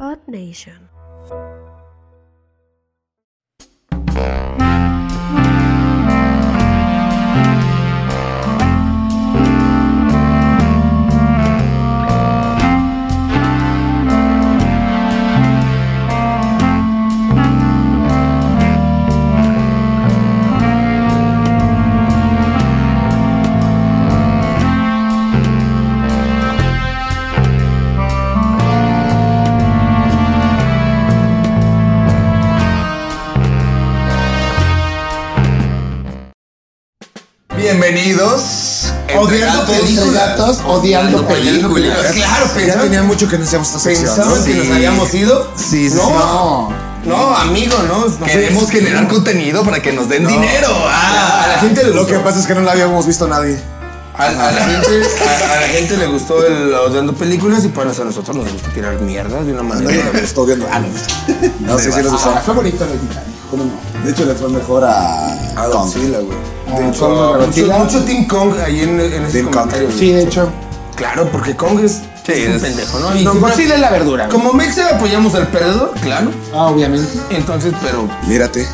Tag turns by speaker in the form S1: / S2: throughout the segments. S1: Earth Nation.
S2: Bienvenidos. entre
S3: Odiando
S2: gatos.
S3: películas, odiando películas.
S2: Claro,
S3: Ya
S2: pensaba,
S3: tenía mucho que no hacíamos esta sección.
S2: pensaba
S3: ¿no?
S2: que nos
S3: Sí.
S2: habíamos ido.
S3: Sí, sí,
S2: No.
S3: no.
S2: No, amigo, no. no Queremos generar contenido para que nos den dinero. Ah, a la gente le
S3: Lo
S2: gustó.
S3: que pasa es que no la habíamos visto nadie.
S2: A, a la gente, a, a la gente le gustó el odiando películas y para a nosotros nos gusta tirar mierda de una manera.
S3: Estoy viendo. Ah, no. No sé si les
S2: Ah,
S3: gustó. Fue bonito el Titanic. ¿Cómo no? De hecho, le fue mejor a.
S2: A Godzilla, güey. De
S3: Ah,
S2: hecho,
S3: Kong,
S2: mucho-
S3: Godzilla.
S2: mucho, Tim Kong ahí en, en ese
S3: Tim Kong.
S2: comentario. güey.
S3: Sí, de hecho.
S2: Claro, porque Kong es, es un
S4: es-
S2: pendejo, ¿no?
S4: No,
S2: siempre-
S4: Godzilla es la verdura.
S2: Como Mexa apoyamos al perdedor, claro.
S3: Ah, obviamente.
S2: Entonces, pero
S3: Mírate.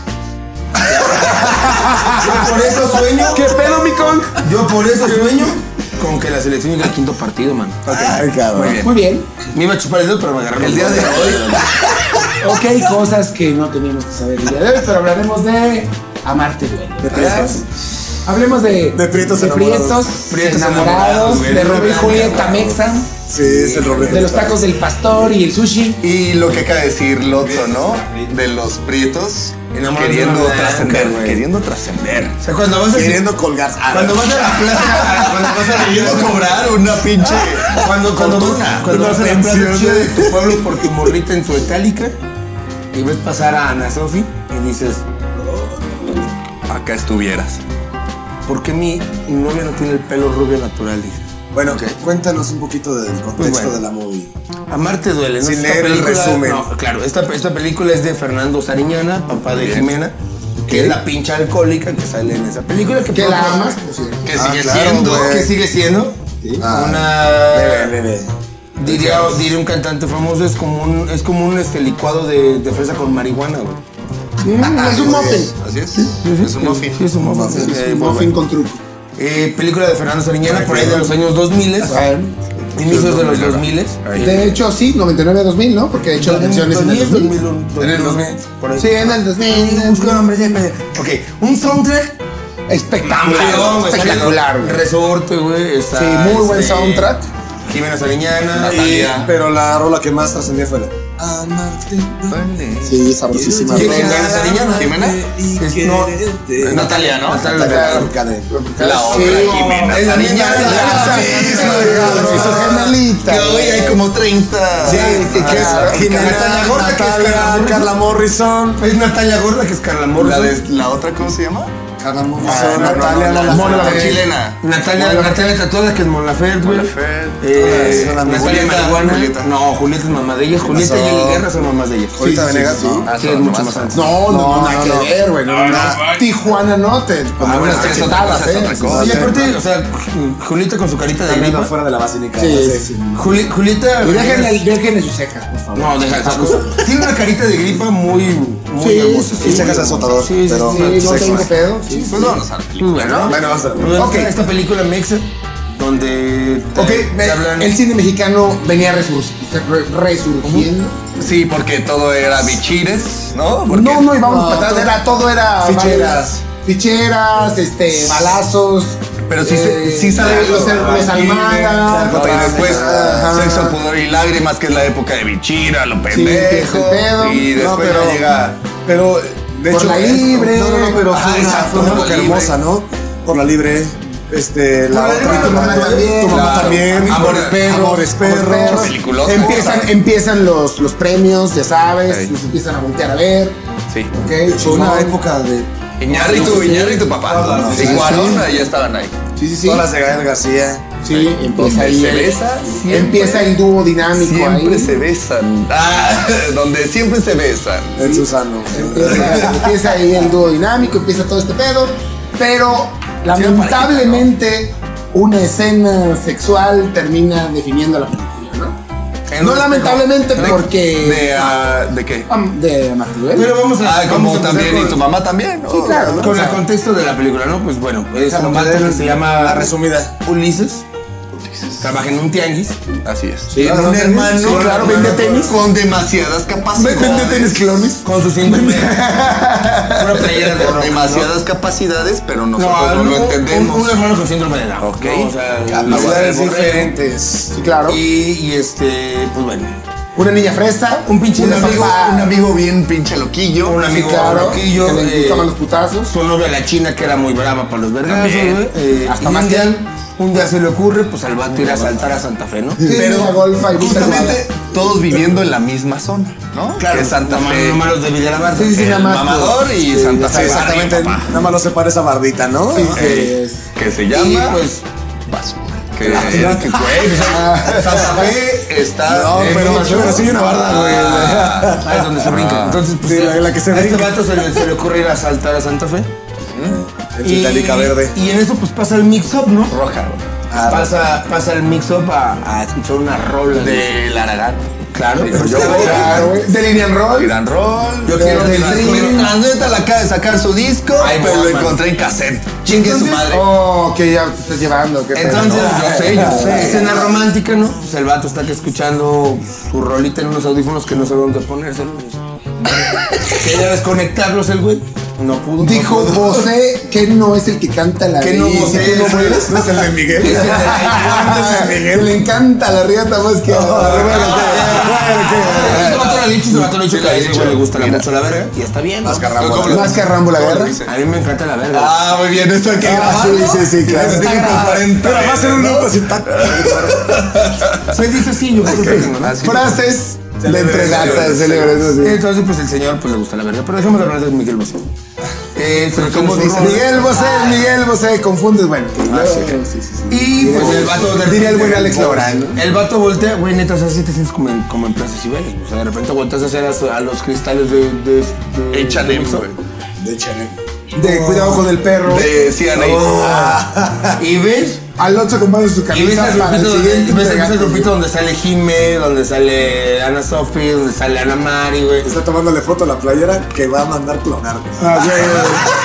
S2: por eso sueño,
S4: ¿Qué pedo, mi Kong?
S2: yo por eso sueño con que la selección llegue al quinto partido, mano.
S3: Ay, cabrón.
S2: Muy bien.
S4: Muy bien.
S2: Me iba a chupar el dedo, pero me agarraron
S4: El día de
S2: hoy.
S4: Ok, hay cosas que no teníamos que saber el día de hoy, pero hablaremos de amarte duele.
S3: De prietos.
S4: Hablemos de,
S3: De prietos
S4: de
S3: enamorados.
S4: prietos,
S2: Prietos enamorados,
S4: enamorados,
S2: güey.
S4: de Romeo y Julieta
S2: Enamorados.
S4: Mexa,
S3: Sí, es el Roberto.
S4: de los tacos del pastor y el sushi.
S5: Y lo que acaba de decir Lotso, ¿no? De los prietos
S2: Enamorados de
S5: queriendo
S2: una blanca,
S5: trascender,
S2: güey.
S5: queriendo trascender.
S2: O sea, cuando vas a
S3: Queriendo colgar. Ah,
S2: cuando vas a la plaza, cuando vas a
S5: Queriendo
S2: la
S5: cobrar una pinche
S2: cuando cuando vas,
S5: fortuna.
S2: cuando vas a la plaza
S5: pensión.
S2: chida de tu pueblo por tu morrita en tu etálica y ves pasar a Ana Sofi y dices,
S5: Acá estuvieras.
S2: ¿por qué mi novia no tiene el pelo rubio natural? Dices.
S3: Bueno, cuéntanos un poquito del contexto
S2: bueno.
S3: de la movie.
S2: Amarte duele, ¿no?
S3: Sin leer el resumen.
S2: no, claro, esta, esta película es de Fernando Sariñana, papá de Jimena, que es la pincha alcohólica que sale en esa película. Que,
S4: Que la
S2: pronto-
S4: amas,
S5: Que
S3: Ah,
S5: sigue
S3: claro,
S5: siendo.
S3: güey.
S2: Que sigue siendo
S3: Ah,
S2: una...
S3: Bebe, bebe.
S2: Diría, diría un cantante famoso, es como un, es como un este, licuado de, de fresa con marihuana, güey.
S4: Mm, es un muffin.
S5: Así es. Es un muffin.
S2: Sí, es un muffin.
S3: Muffin.
S2: Eh, pues, bueno.
S4: con truco.
S2: Eh, película de Fernando Sariñana, por ahí de los años 2000, inicios de los 2000.
S4: De hecho, sí, 99-2000, ¿no? Porque de hecho la canción es en el 2000.
S2: 2000. En el 2000. Por ahí.
S4: Sí, en el 2000.
S2: Busca nombres siempre. Ok, un soundtrack.
S4: Espectacular,
S2: güey,
S4: espectacular.
S2: sale
S4: güey.
S2: Resorte, güey. está,
S4: Sí, muy buen
S2: este,
S4: soundtrack.
S2: Jimena Sariñana.
S3: Y-
S2: y-
S3: Pero la rola que más trascendió fue la. Amarte.
S4: Sí, sabrosísima.
S2: Sí,
S3: Pero-
S2: Jimena Sariñana.
S5: ¿Jimena?
S2: Es- no,
S3: Quererte.
S5: Natalia, ¿no?
S2: Natalia.
S3: La de.
S5: La otra Jimena.
S2: Es la niña
S5: Sariñana.
S2: de la-
S5: Sí, es la
S3: Sí,
S5: de-
S3: su gemelita.
S5: Que hoy hay como 30.
S3: Sí, que, que es
S2: Ah,
S3: Jimena,
S2: Natalia Gorda, que es
S3: Natalia,
S2: Carla Morrison.
S3: Carla Morrison.
S2: Es Natalia Gorda, que es Carla
S5: La,
S2: Morrison.
S5: de- la otra, ¿cómo se llama?
S3: Carla
S5: Ah,
S3: Morrison,
S5: no, no,
S3: Natalia,
S5: no, la-
S3: Lola
S5: la
S3: Flores.
S5: chilena.
S2: Natalia, Natalia Tatuada, que es Molafert, güey.
S5: Molafert.
S2: Eh,
S3: Todas son amigas.
S2: Natalia
S5: Julieta,
S2: Marihuana.
S5: Julieta.
S2: No, Julieta es mamá de ella. Julieta y
S3: pasó?
S2: Eli Guerra son mamás de ella.
S3: Julieta
S2: Sí, sí,
S3: Venegas,
S2: sí, sí.
S3: ¿no?
S2: Ah, sí, es mucho más antes.
S3: No,
S4: No,
S3: no, nada
S4: no,
S3: que
S4: no.
S3: ver, güey. no, nada. Tijuana Note.
S5: Ah, bueno, es que es otra cosa,
S3: Cachetadas,
S5: es otra
S3: ¿eh?
S5: cosa.
S2: Y
S3: Sí,
S2: aparte, o sea, Julieta con su carita de
S3: También
S2: gripa.
S3: fuera de la base ni
S4: Sí, sí.
S2: Juli- Julieta.
S4: Y déjenle, déjenle sus cejas, por favor.
S2: No, deja esa cosa. Tiene una carita de gripa muy, muy
S4: Sí,
S2: hermosa.
S3: sí, checas
S2: muy
S3: azotador,
S2: hermosa. Sí, sí,
S3: pero-
S2: sí.
S4: Sí, no
S3: Cejas.
S4: tengo pedo. sí.
S5: Pues vámonos a la película.
S2: Pues bueno,
S3: Bueno, vamos a-
S2: Pues
S4: Ok.
S2: esta- Esta película mexa, donde. te-
S4: Ok,
S2: te hablan.
S4: el cine mexicano venía resur- re- resurgiendo.
S5: Sí, porque todo era bichires, ¿no? Porque
S4: No, no íbamos
S3: No,
S4: para atrás,
S3: todo-
S4: era, todo era.
S3: Ficheras.
S4: Ficheras, este, balazos. eh,
S5: Pero sí se- sí sale
S4: Los
S5: algo.
S4: hermanos Almaga.
S5: No, y después eh,
S4: Ajá.
S5: Sexo, Pudor y Lágrimas, que es la época de Bichira, lo
S4: Sí, empieza
S5: pendejo.
S4: el pedo.
S5: y
S4: No,
S5: después
S4: pero-
S5: ya llega.
S3: Pero, de
S4: Por
S3: hecho,
S4: la
S3: esto-
S4: libre.
S3: No, no, no, pero
S5: Ajá,
S3: fue una,
S5: exacto,
S3: fue una
S5: por la
S3: época
S5: libre.
S3: hermosa, ¿no? Por la libre. Este, la
S2: Por la libre,
S3: otra,
S2: tu mamá
S4: también,
S3: tu mamá
S5: claro.
S3: también.
S5: Amores
S3: perros. Amores perros.
S5: Peliculota.
S4: Empiezan, empiezan los, los premios, ya sabes,
S5: Ey.
S4: los empiezan a voltear a ver.
S5: Sí.
S4: ok,
S3: Fue
S4: chingón.
S3: una época de
S5: Iñárritu, Iñárritu, papá.
S3: Todas,
S5: Y
S3: sí,
S5: Cuarón
S3: sí.
S5: ahí ya estaban ahí.
S4: Sí, sí, sí.
S3: todas las de Gael García.
S4: Sí, empieza
S5: Donde
S4: ahí.
S5: se
S4: el-
S5: besa, siempre-
S4: empieza el dúo dinámico
S5: Siempre
S4: ahí.
S5: se besan. Ah, donde siempre se besan.
S3: El Susano.
S4: Empieza, empieza ahí el dúo dinámico, empieza todo este pedo. Pero
S5: parejita,
S4: lamentablemente una escena sexual termina definiendo la película, ¿no?
S5: En
S2: en
S6: No
S2: un
S6: lamentablemente
S7: De-
S6: porque...
S7: De, ah, ¿De qué?
S6: De Martiguel.
S2: Pero vamos a.
S7: Ah,
S2: vamos a
S7: como
S2: empezar
S7: también,
S2: con-
S7: y tu mamá también. ¿no?
S6: Sí, claro, ¿no?
S2: Con
S6: O sea,
S2: el contexto de la película, ¿no? Pues bueno, es
S4: Claro,
S2: un vato
S4: pues,
S2: que
S4: es
S2: se llama.
S4: la resumida.
S2: Ulises. Trabaja en un tianguis.
S7: Así es.
S2: Tiene
S4: claro,
S2: un
S4: vende-
S2: hermano.
S4: sí, claro,
S2: hermano,
S4: vende tenis.
S7: Con demasiadas capacidades.
S4: Vende tenis clones.
S2: Con sus síndrome. Una playera de
S7: Con
S2: rock,
S7: demasiadas capacidades, pero nosotros no,
S2: un-
S7: lo entendemos.
S2: Un, un hermano con síndrome de Down.
S7: Ok.
S2: ¿no? O sea,
S7: Capacidades
S2: Ulises,
S4: diferentes. Sí, claro.
S2: Y, y este, pues bueno.
S4: Una niña fresta.
S2: Un pinche
S4: una
S7: un, amigo,
S4: papá-
S7: un amigo bien pinche loquillo.
S2: Un
S4: Sí,
S2: amigo
S4: claro,
S2: roquillo,
S4: que le
S2: eh,
S4: gustaban los putazos.
S2: Su novia la china que era muy brava para los vergazos,
S7: También.
S2: güey. eh,
S4: Hasta
S2: y un
S4: más que-
S2: día, un día se le ocurre, pues al vato ir a saltar a Santa Fe, ¿no?
S4: Pero una golfa y gusta
S7: Justamente todos viviendo en la misma zona, ¿no? Que es Santa
S2: nomás-
S7: Fe.
S2: nomás los de Villalabar.
S4: Sí, sí,
S7: el
S4: nada más.
S7: mamador
S4: pues,
S7: y
S4: sí,
S7: Santa Fe.
S4: Exactamente.
S7: Barrio, papá.
S4: Nada más no separa esa bardita, ¿no? Eh,
S6: Sí, sí,
S7: Ey,
S6: es-
S7: que se
S2: Y
S7: llama
S2: pues, Ah,
S7: Paso. Que, que, güey, Santa Fe está.
S4: No,
S7: en
S4: pero,
S7: Michoacán.
S4: pero sí hay una barda, güey.
S7: Ah,
S2: ahí es donde se brinca. Entonces, pues,
S4: Sí, la- la que se
S2: a este
S4: brinca.
S2: vato se le, se le ocurre ir a saltar a Santa Fe.
S4: El Titanica verde.
S2: Y en eso, pues pasa el mix-up, ¿no?
S7: Roja, güey.
S4: Ah,
S2: pasa, pasa el mix-up a, a escuchar una rola.
S7: Del Aragán.
S2: Claro,
S7: Sí,
S2: pero
S7: yo
S2: yo
S7: voy a-
S4: Claro, güey. De Lilian Roll.
S7: Gran Roll.
S2: Yo
S7: Yo
S2: quiero
S7: quiero
S2: del Dream.
S7: La neta la acaba de sacar su disco,
S2: Ay,
S7: pero
S2: mamá.
S7: lo encontré en cassette. Chingue su madre.
S4: Oh, que ya te estás llevando. qué pedo,
S2: Entonces,
S4: ¿no?
S2: yo sé, yo sé. Escena romántica, ¿no? Pues el vato está que escuchando su rolita en unos audífonos que no sabe dónde ponérselos. Quería desconectarlos el güey. No pudo. no
S6: Dijo
S2: pudo.
S6: Bosé que no es el que canta la
S2: Que no
S6: risa,
S2: Bosé,
S6: que no
S2: sí.
S6: mueres.
S4: ¿No es el de Miguel?
S2: Es el de-
S4: Ah, Miguel. Le encanta la riata más que.
S2: El Este vato le ha dicho, el vato le ha dicho
S7: Sí,
S2: que
S7: le
S2: a
S7: ha
S2: ese
S7: dicho.
S2: güey le gusta la-
S7: Mira.
S2: mucho la verga y está bien. ¿no?
S7: Más carrambola.
S4: ¿Cómo lo- Más carrambola,
S7: ¿Cómo lo
S4: ¿verdad?
S7: dice?
S2: A mí me encanta la verga.
S7: Ah, muy bien, esto aquí.
S4: Ah, sí, sí, sí, claro. Pero va a ser un loop así. tac.
S2: Se Pues dice sí, yo creo que no, ¿no?
S4: Frases de entregatas, célebres. así.
S2: Entonces, pues el señor pues le gusta la verga. Pero dejemos de hablar de Miguel Bosé. Eh, se le
S4: ¿Cómo
S2: ocurre su
S4: dice?
S2: rola.
S4: Miguel Bosé, Miguel Bosé, confundes. Bueno,
S2: Ah, sí. Y pues el vato de
S4: Diría el buen Alex Lorán, ¿no?
S2: El vato voltea, güey, neta, o sea, sí te sientes como en, como en Plaza Cibeles. O sea, de repente volteas hacia las- a los cristales de. de, de de
S7: Échale,
S2: Mixo.
S7: güey.
S4: De Chanel. De cuidado con el perro.
S7: De Cian ahí.
S2: Y ves.
S4: Al otro comprando su
S2: Y ves
S4: camisa
S2: el
S4: para el
S2: grupito, donde,
S4: siguiente.
S2: ves el
S4: entregante.
S2: grupito donde sale Jime, donde sale Ana Sofi, donde sale Ana Mari, güey.
S4: Está tomándole foto a la playera que va a mandar clonar.
S2: Ah,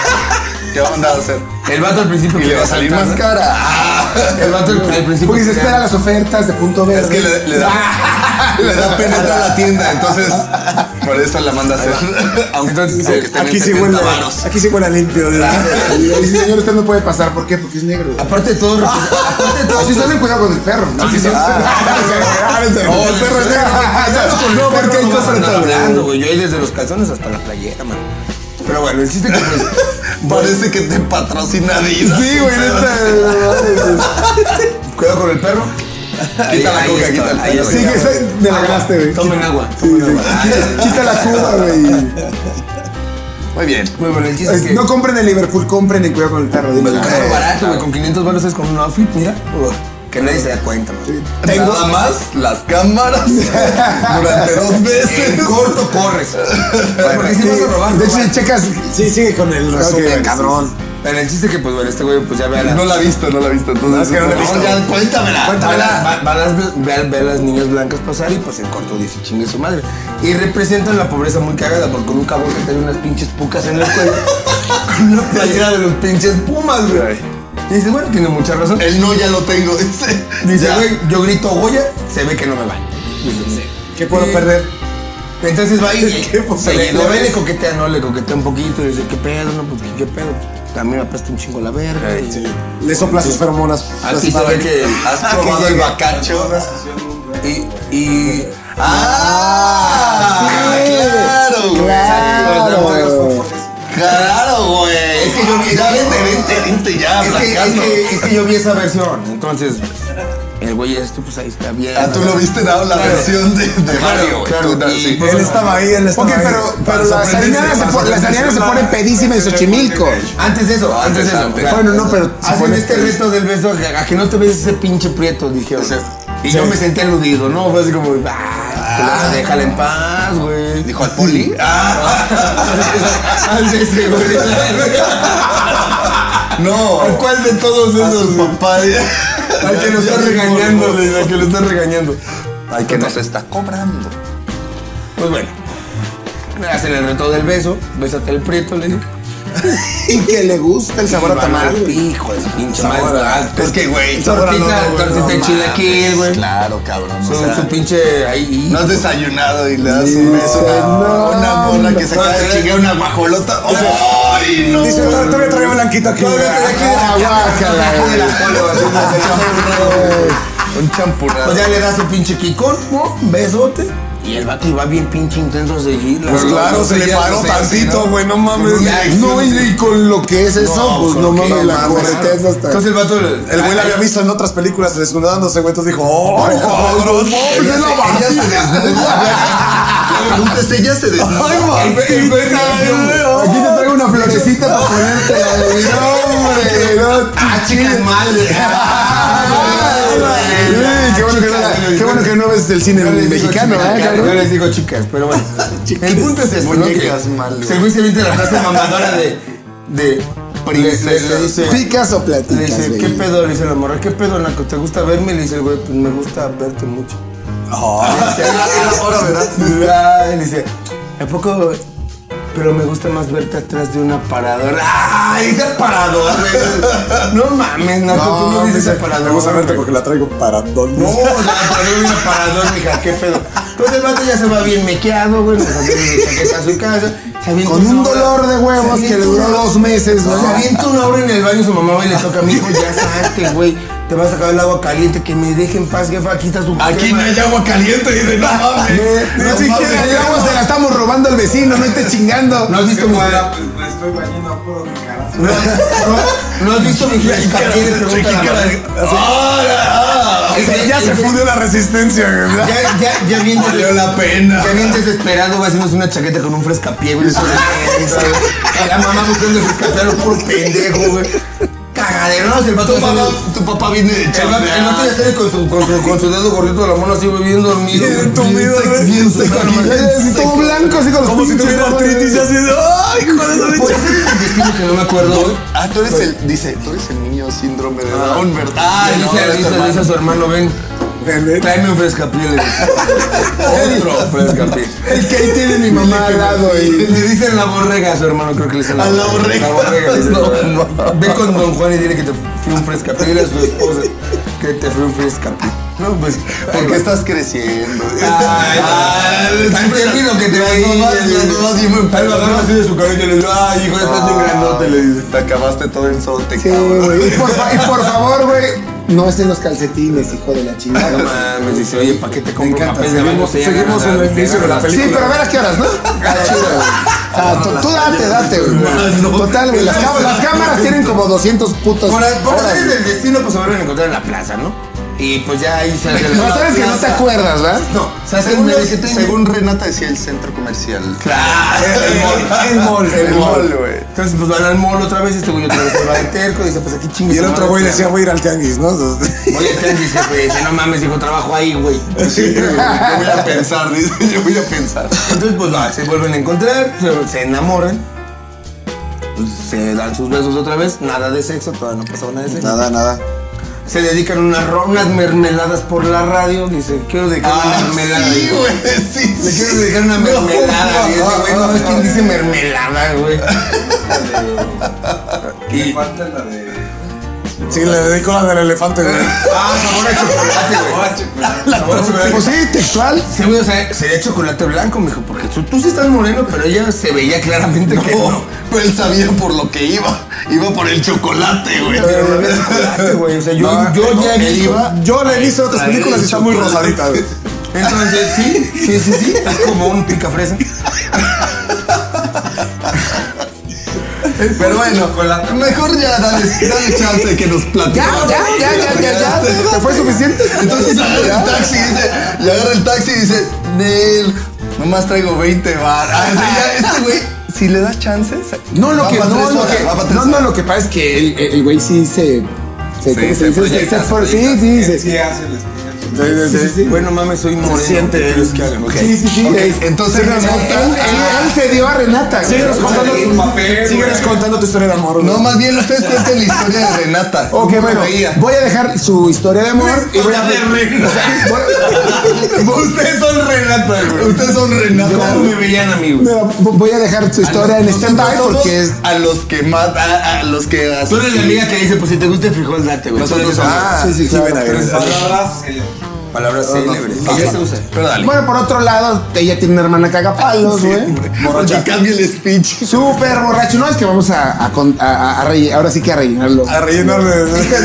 S7: ¿Qué onda a hacer?
S2: El vato al principio.
S7: Y le va a salir más
S2: caro.
S7: cara. Ah,
S2: El vato al, al principio.
S4: Porque se
S2: quería-
S4: espera las ofertas de punto verde. Ah.
S7: Es que le, le da, le da pena entrar a la tienda, entonces por eso la manda a hacer. Aunque,
S2: Entonces,
S7: aunque estén
S4: Aquí
S7: en
S4: sí
S7: 70
S4: huele,
S7: varos.
S4: aquí sí huele a limpio. ¿verdad? Y dice, señor, usted no puede pasar. ¿Por qué? Porque es negro.
S2: Aparte de todo, aparte de todo.
S4: Así se hacen cuidado con el perro. Así se
S7: No,
S4: Ah. El perro es negro. No,
S2: No,
S4: porque hay cosas
S2: hablando, güey. Yo ahí desde los calzones hasta la playera, man. Pero bueno, el chiste que pues,
S7: Parece que te patrocina Adidas.
S4: Sí, güey, neta.
S2: cuidado con el perro.
S7: Quita la coca, quita el
S2: ahí
S7: perro.
S2: está.
S4: Sí, que se- me la ganaste, güey.
S2: Tomen agua,
S4: Sí,
S2: tomen
S4: sí.
S2: agua.
S4: Quita- Quita la cuba, güey.
S7: Muy bien.
S2: Muy bueno, el chiste es que
S4: No compren en Liverpool, compren en cuidado con el perro. dime.
S2: el perro barato, güey, con 500 baros es con un outfit, mira. Uf, que nadie se da cuenta, man.
S4: Tengo-
S7: Nada más las cámaras durante dos
S2: En
S7: veces.
S2: corto corres. Porque si vas a robar,
S4: De
S2: robas.
S4: hecho, checas. Sí, sigue con el
S2: resumen,
S4: cabrón.
S2: Bueno, el chiste que pues bueno, este güey pues ya ve a la...
S7: No la he visto, no la he visto. Entonces,
S4: No, es que no la he visto.
S7: Ya, cuéntamela.
S2: Va,
S4: Cuéntamela.
S2: va- va las, ve, a- ve a las niñas blancas pasar y pues en corto dice chingue su madre. Y representan la pobreza muy cagada porque un cabrón que trae unas pinches pucas en el cuello con una playera de los pinches pumas, güey. Y dice, bueno, tiene mucha razón.
S7: El no ya lo tengo, dice.
S2: Dice,
S7: Ya.
S2: güey, yo grito Goya, se ve que no me baño. Dice,
S4: ¿Qué puedo
S2: Y-
S4: perder?
S2: Entonces va y
S4: ¿Qué
S7: pues,
S2: se le, lo ve,
S4: posibilidades?
S2: le coquetea, no, le coquetea un poquito y dice, ¿qué pedo? No, pues, ¿qué pedo? Pues, a mí me apesta un chingo la verga. y-
S4: Le sopla sus feromonas.
S2: Aquí se ve Ah, que
S7: Has probado el bacacho.
S2: Y, y
S7: Ah, claro, güey.
S4: Claro.
S7: Claro, güey. Es
S2: que yo vi-
S7: ya vente, vente, vente ya,
S2: Es que, es,
S7: Blancazo.
S2: que, es que yo vi esa versión, entonces el güey este pues ahí está bien.
S7: Ah, tú lo viste dado la
S2: Claro.
S7: versión de, de Mario, güey.
S2: claro,
S7: Tú, no,
S2: y-
S7: sí.
S2: Él estaba
S4: ahí, él
S6: estaba
S4: Ok,
S6: ahí.
S4: pero, pero
S7: Para
S4: las
S7: sorprenderse,
S4: arianas se,
S7: para
S4: pon- las
S7: sorprenderse.
S4: arianas se ponen pedísimas en Xochimilco.
S2: Antes de eso, antes de eso.
S7: antes.
S2: o sea,
S4: Bueno, no, pero se
S2: hacen
S4: pone
S2: este
S4: triste.
S2: reto del beso a, a que no te ves ese pinche prieto, dijeron. y yo me senté aludido, ¿no? Fue así como, ah, déjala en paz, güey. Ah.
S7: Dijo al poli.
S2: Antes de
S7: No.
S2: ¿Cuál de todos
S7: A su
S2: esos?
S7: papá.
S2: Al que lo está regañando, güey, al que lo está regañando.
S7: Ay, que nos está cobrando.
S2: Pues bueno. Me hacen el reto del beso. Bésate el prieto, le digo.
S4: Y que le gusta el sabor a tamal, güey.
S2: Hijo de su pinche
S4: Sabor
S2: madre.
S4: a-
S2: alto.
S7: Es que, güey,
S2: Tortita,
S7: no, no,
S2: tortita de
S7: no
S2: chilaquil,
S7: mames,
S2: güey.
S7: Claro, cabrón. o
S2: Su,
S7: sea,
S2: su pinche ahí.
S7: no has desayunado y le das un beso a
S4: no,
S7: una, una bola que se
S2: no,
S7: acaba de
S2: no,
S7: chingar una guajolota. ¡Ay, no!
S4: Dice, "Todavía- todavía traía blanquito aquí.
S2: Ah, guácala, güey.
S7: Un champurrado.
S2: Pues ya le das su pinche quicón, ¿no? Besote. Y el vato iba bien pinche intenso a seguirla.
S4: Pues
S2: güey.
S4: claro, se le
S7: Sí,
S4: paró
S7: sí, sí,
S4: tantito,
S7: ¿no?
S4: güey, no
S7: Con
S4: mames.
S7: una
S4: No, y,
S7: erección,
S4: y con lo que es eso,
S7: No,
S4: pues no
S7: con que
S4: mames,
S7: no
S4: la
S7: mames.
S4: correteza hasta.
S2: Entonces el vato.
S4: el güey la había visto en otras películas desnudándose, güey, entonces dijo, ¡oh, cabrón!
S7: Ella
S4: ¡Es la
S7: se- ella se
S4: vagina".
S7: desnuda. La pregunta es, ¿ella se desnuda?
S4: ¡Ay, Martín, güey, cabrón. Aquí te traigo una florecita para ponerte ¡No, hombre! ¡No,
S2: Ah, chicas mal.
S4: Ay, qué bueno que no la- qué bueno que no ves el cine mexicano, ¿eh,
S2: Yo
S4: cabrón?
S2: les digo chicas, pero bueno. El punto es esto, ¿no? Que
S7: Muñecas mal, güey.
S2: según se viste la frase mamadora de. de
S7: Princesa.
S2: le- le dice-
S4: ¿Picas o
S2: Le
S4: platicas,
S2: dice,
S4: güey?
S2: ¿qué pedo? Le dice la morra, ¿qué pedo, Naco? ¿Te gusta verme? Le dice el güey, pues me gusta verte mucho.
S7: Ahora verás.
S2: Ah, y le dice, ¿a poco? Pero me gusta más verte atrás de un aparador. ¡Ay, ese aparador! güey! No mames, Naco, tú no dices aparador.
S4: Me gusta verte
S2: güey.
S4: porque la traigo para donde.
S2: No, o sea, poner un aparador, mija, ¿qué pedo? Entonces el vato ya se va bien mequeado, güey, nos hace chaqueta a su casa. se avienta
S4: Con un
S2: una hora-
S4: dolor de huevos
S2: se
S4: que le
S2: avienta
S4: duró
S2: una-
S4: dos meses,
S2: Se
S4: güey.
S2: avienta una hora en el baño y su mamá va y le toca a mi hijo, ya salte, güey. Te vas a acabar el agua caliente, que me deje en paz, jefa, aquí está su
S7: Aquí no
S2: jefa".
S7: hay agua caliente. Dice, no mames.
S4: Ni
S7: No
S4: siquiera
S7: mames.
S4: el agua se la estamos robando al vecino, no esté chingando.
S2: ¿No has visto mi
S7: Ah, pues,
S1: Me estoy bañando a puro jicarazo.
S2: no, no, no has visto mi flaca? ¿Quién le pregunta a la mamá?
S7: Ahora, ah,
S4: Ya se fundió la resistencia, güey.
S2: Ya, ya, ya bien,
S7: Valió la pena.
S2: ya bien desesperado, va haciéndose una chaqueta con un frescapié, güey. eso de mierda, güey. La mamá buscando el frescapié, lo puro pendejo, güey. Cagadero, no, el vato
S7: Tu
S2: ya sale-
S7: mamá, tu papá viene de
S2: El vato, el vato
S7: chambear.
S2: ya sale con su, con su, con su dedo gordito de la mano así, güey, bien dormido. güey,
S4: Bien tumido,
S2: seco,
S4: güey.
S2: bien seco,
S4: Con-
S2: nomás.
S4: así todo blanco, así con los
S7: Como si
S4: pinches
S7: tuviera
S4: dedos,
S7: artritis y
S4: güey.
S7: así de, ay, joder, no le
S2: Puede ser el destino que no me acuerdo, güey.
S7: Pues, Ah, tú eres el, dice, tú eres el niño síndrome de Down, ¿verdad?
S2: Ah,
S7: Y el
S2: dice,
S7: otro es tu
S2: dice,
S7: hermano.
S2: dice a su hermano, ven, tráeme un frescapié. le dice. Otro frescapié.
S4: El que ahí tiene mi mamá al lado
S2: Le
S4: y.
S2: le dicen la borrega a su hermano, creo que le dicen la
S7: A la borrega.
S2: La borrega le dicen la
S7: No,
S2: borrega. Ve con don Juan y dile que te fui un fresca. Dile a su esposa que te fui un fresca. No, pues.
S7: ¿Por qué estás creciendo?
S2: Ay, ay, tan temido que te
S7: Las
S2: veía,
S7: mamás,
S2: güey.
S7: las mamás bien Ah. enfermas,
S2: Ahí lo agarra así de su cabello y le dice, ay, hijo, estás bien grandote, le dice.
S7: Te acabaste todo el sote,
S4: Sí,
S7: cabrón.
S4: güey. Y por, fa- y por favor, güey, no estén los calcetines, hijo de la
S2: No
S4: chingada.
S2: mames, dice, oye, ¿para qué te compro
S4: encanta,
S2: papel de baño?
S4: seguimos- seguimos en el inicio de la
S2: película.
S4: Sí, pero a ver a qué horas, ¿no? Ah, chido, güey. Ah, tú- tú date, date, güey. Total, güey. Las, cam- las cámaras tienen como 200 putos.
S2: Por, por
S4: horas,
S2: azares
S4: güey.
S2: del destino, pues se vuelven a encontrar en la plaza, ¿no? Y pues ya ahí se hace
S4: No, sabes que no te acuerdas, ¿verdad?
S2: No, se hace
S7: Según,
S2: un
S7: los-
S2: merequetengue.
S7: según Renata decía el centro comercial.
S2: Claro, el mall,
S7: El mall, güey.
S2: Entonces, pues van al mall otra vez, este güey otra vez se va de terco, dice, pues aquí chingue.
S4: Y el
S2: su
S4: otro
S2: madre,
S4: güey le decía,
S2: claro.
S4: voy a ir al tianguis, ¿no? Entonces,
S2: Oye, el tianguis, jefe, dice, no mames, hijo, trabajo ahí, güey.
S7: Sí, güey, yo voy a pensar, dice, yo voy a pensar.
S2: Entonces, pues va, se vuelven a encontrar, se, se enamoran, pues, se dan sus besos otra vez, nada de sexo, todavía no pasó nada de sexo.
S4: Nada, nada.
S2: Se dedican unas, ro- unas mermeladas por la radio, dice, quiero dedicar una mermelada.
S7: Ah, sí,
S2: hijo.
S7: güey, sí.
S2: Le quiero dedicar una mermelada. Y ese güey, no ves quién dice mermelada, güey.
S1: Me
S2: Y.
S1: falta la de.
S4: Sí, le dedico la del elefante, güey.
S2: Ah, sabor a chocolate, güey.
S1: Ah, chocolate.
S2: Sabor a chocolate.
S4: Pues sí, textual.
S2: Sí, güey, o sea, sería chocolate blanco, mijo, porque tú, tú sí estás moreno, pero ella se veía claramente que
S7: No,
S2: no. Pues
S7: pero él sabía por lo que iba. Iba por el chocolate, güey.
S2: Pero no había chocolate, güey. O sea, yo,
S4: No,
S2: yo ya
S7: él
S2: vi.
S7: iba-
S4: Yo le he visto otras
S7: Traer
S4: películas y está muy
S7: chocolate.
S4: rosadita, güey.
S2: Entonces, sí, sí, sí, sí. Es como un picafresa.
S7: Pero bueno, mejor ya dale, dale chance de que nos platique.
S4: Ya, ya, ya, ya, ya, ya. ¿Te fue suficiente?
S7: Entonces agarra el taxi y dice, y agarra el taxi y dice, Nel, nomás traigo 20 bar. Ah, o sea, ya, este güey, si le das chance, se-
S6: No, lo
S7: va
S6: que,
S7: pa'
S6: no,
S7: tres
S6: lo
S7: horas,
S6: que,
S7: va pa' tres
S6: no, no, lo que pasa es que el, el güey sí se. se- ¿cómo
S7: Sí,
S6: se
S7: se
S6: dice? Se-
S7: proyecta,
S6: se-
S7: se
S6: por- sí,
S7: proyecta.
S6: sí,
S1: Él
S6: se-
S1: Sí, hace el especial.
S2: Sí, sí, sí. Bueno, mames, soy moreno.
S7: siente
S2: ¿qué quieres que haga? Ok.
S6: Sí, sí, sí.
S7: Ok,
S2: Eh,
S6: es-
S7: entonces
S4: Él, él- él se dio a Renata. güey.
S6: Síguenos contando,
S1: sí,
S6: tu-
S1: papel,
S6: síguenos
S1: güey.
S6: contando tu historia de amor.
S7: No,
S6: güey.
S7: más bien ustedes cuenten la historia de Renata.
S4: Ok,
S7: ¿Cómo
S4: bueno,
S7: veía?
S4: voy a dejar su historia de amor y voy a
S1: Historia de Renata.
S7: Ustedes son Renata, güey. Ustedes son Renata.
S2: ¿Cómo me veían a mí, güey?
S4: Mira, voy a dejar su historia en stand-by
S7: Nosotros
S4: porque es.
S7: somos A los que más. A, a los que.
S2: Tú eres la amiga que dice, pues si te gusta el frijol, date, güey. ah,
S7: Nosotros
S2: Tú eres
S7: somos-
S2: esa-
S4: sí, sí, claro.
S2: ven a ver.
S1: Tres palabras. eh,
S2: Palabras célebres.
S7: Ajá.
S2: Ella se usa.
S7: Pero dale.
S4: Bueno, por otro lado, ella tiene una hermana que haga palos, güey.
S7: Borracha. cambia el speech.
S4: Súper borracho. No es que vamos a, a, con- a- a- a relle- ahora sí que a rellenarlo.
S7: A rellenarle. Deja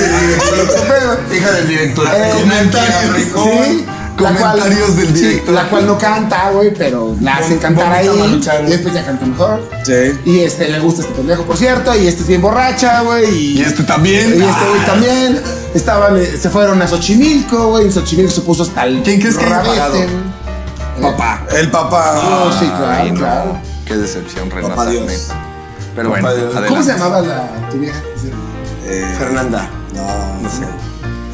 S2: Hija del director.
S4: Eh,
S7: Comentarios.
S4: Sí, la cual-
S7: Comentarios del
S4: sí,
S7: director.
S4: la cual no canta, güey, pero la hace cantar ahí.
S2: bonita Maruchan.
S4: Y después ya canta mejor.
S7: Sí.
S4: Y este le gusta este pendejo, por cierto. Y este es bien borracha, güey.
S7: Y
S4: Y,
S7: este
S4: y
S7: también.
S4: este güey también. Estaban, eh, se fueron a Xochimilco, güey. En Xochimilco se puso hasta el.
S7: ¿Quién crees que haya
S4: rabete,
S7: pagado?
S4: güey.
S7: Papá. El papá.
S4: Oh, sí, claro,
S7: Ay, no.
S4: claro.
S7: Qué decepción, Renata.
S2: Papá Dios.
S7: neta. Pero
S2: Papá
S7: bueno,
S2: Dios.
S7: adelante.
S4: ¿Cómo se llamaba la tu vieja?
S2: Fernanda. No, no sé.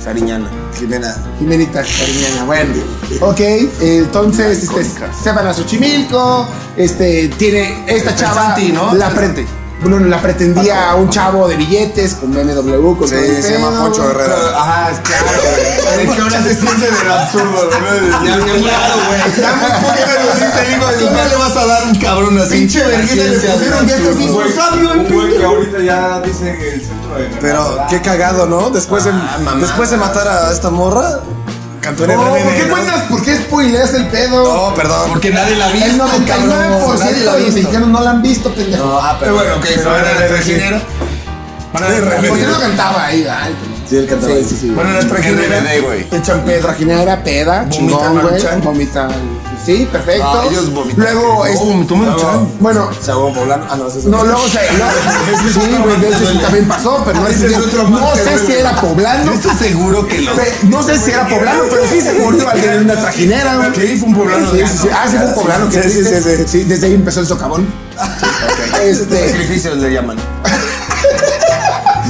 S2: Sariñana. Jimena.
S4: Jimenita Cariñana, bueno. Ok, eh, entonces este,
S7: Icónica.
S4: se van a Xochimilco, este, tiene esta chava.
S2: Santi, ¿no?
S4: La prete- bueno, la pretendía a un chavo de billetes con BMW, con todo el
S7: se llama
S4: pedo,
S7: Pocho
S4: güey.
S7: Herrera.
S2: Ajá, claro.
S7: Es que ahora se siente del absurdo, ¿no? Ya, ya, claro, güey. Ya me ¿Cómo le vas a dar un cabrón así?
S4: Pinche vergüenza, le pusieron que este sí
S1: Un güey-
S4: su sabio, el
S1: un güey
S4: pinche.
S1: que ahorita ya dice en el centro de
S7: Pero
S1: Renata.
S7: qué cagado, ¿no? Después, de, después de matar a esta morra, cantó en
S4: No,
S7: RBD,
S4: ¿por qué
S7: Ah, ¿no?
S4: cuentas? ¿Por qué spoileas el pedo?
S2: Oh,
S7: No, perdón. Porque nadie la
S4: el 99% de los mexicanos no la han visto, pendejo.
S7: Ah, pero bueno, ok,
S2: Pero
S7: van
S2: era
S7: al
S2: de pues,
S7: trajinero. Van al
S4: ¿Por qué no
S7: trajinero.
S4: cantaba ahí? Ay, pues, pero-
S2: Sí, él cantaba.
S4: Sí, sí, sí.
S7: Van al
S2: RBD,
S7: güey.
S4: Echan pedra, jardinera, peda, chingón, güey.
S2: Maruchan.
S4: Vomitan. Sí, perfecto.
S7: Ah, ellos vomitan.
S4: Luego, este- Bueno,
S2: Sagón poblano. Ah, no, ese es
S4: No, luego se. luego- sí, güey, de hecho eso también pasó, pero no,
S7: Ese es otro
S4: no
S7: mate,
S4: sé
S7: güey.
S4: si era poblano.
S7: Yo
S2: Este
S7: estoy seguro que los.
S4: pe- No sé si era poblano, pero sí se murió alguien en una trajinera, güey.
S2: Sí, fue un poblano.
S4: Sí, sí, sí. Ah, sí, fue un poblano que sí, sí, sí, sí. Desde ahí empezó el socavón. Este.
S2: Sacrificios le llaman.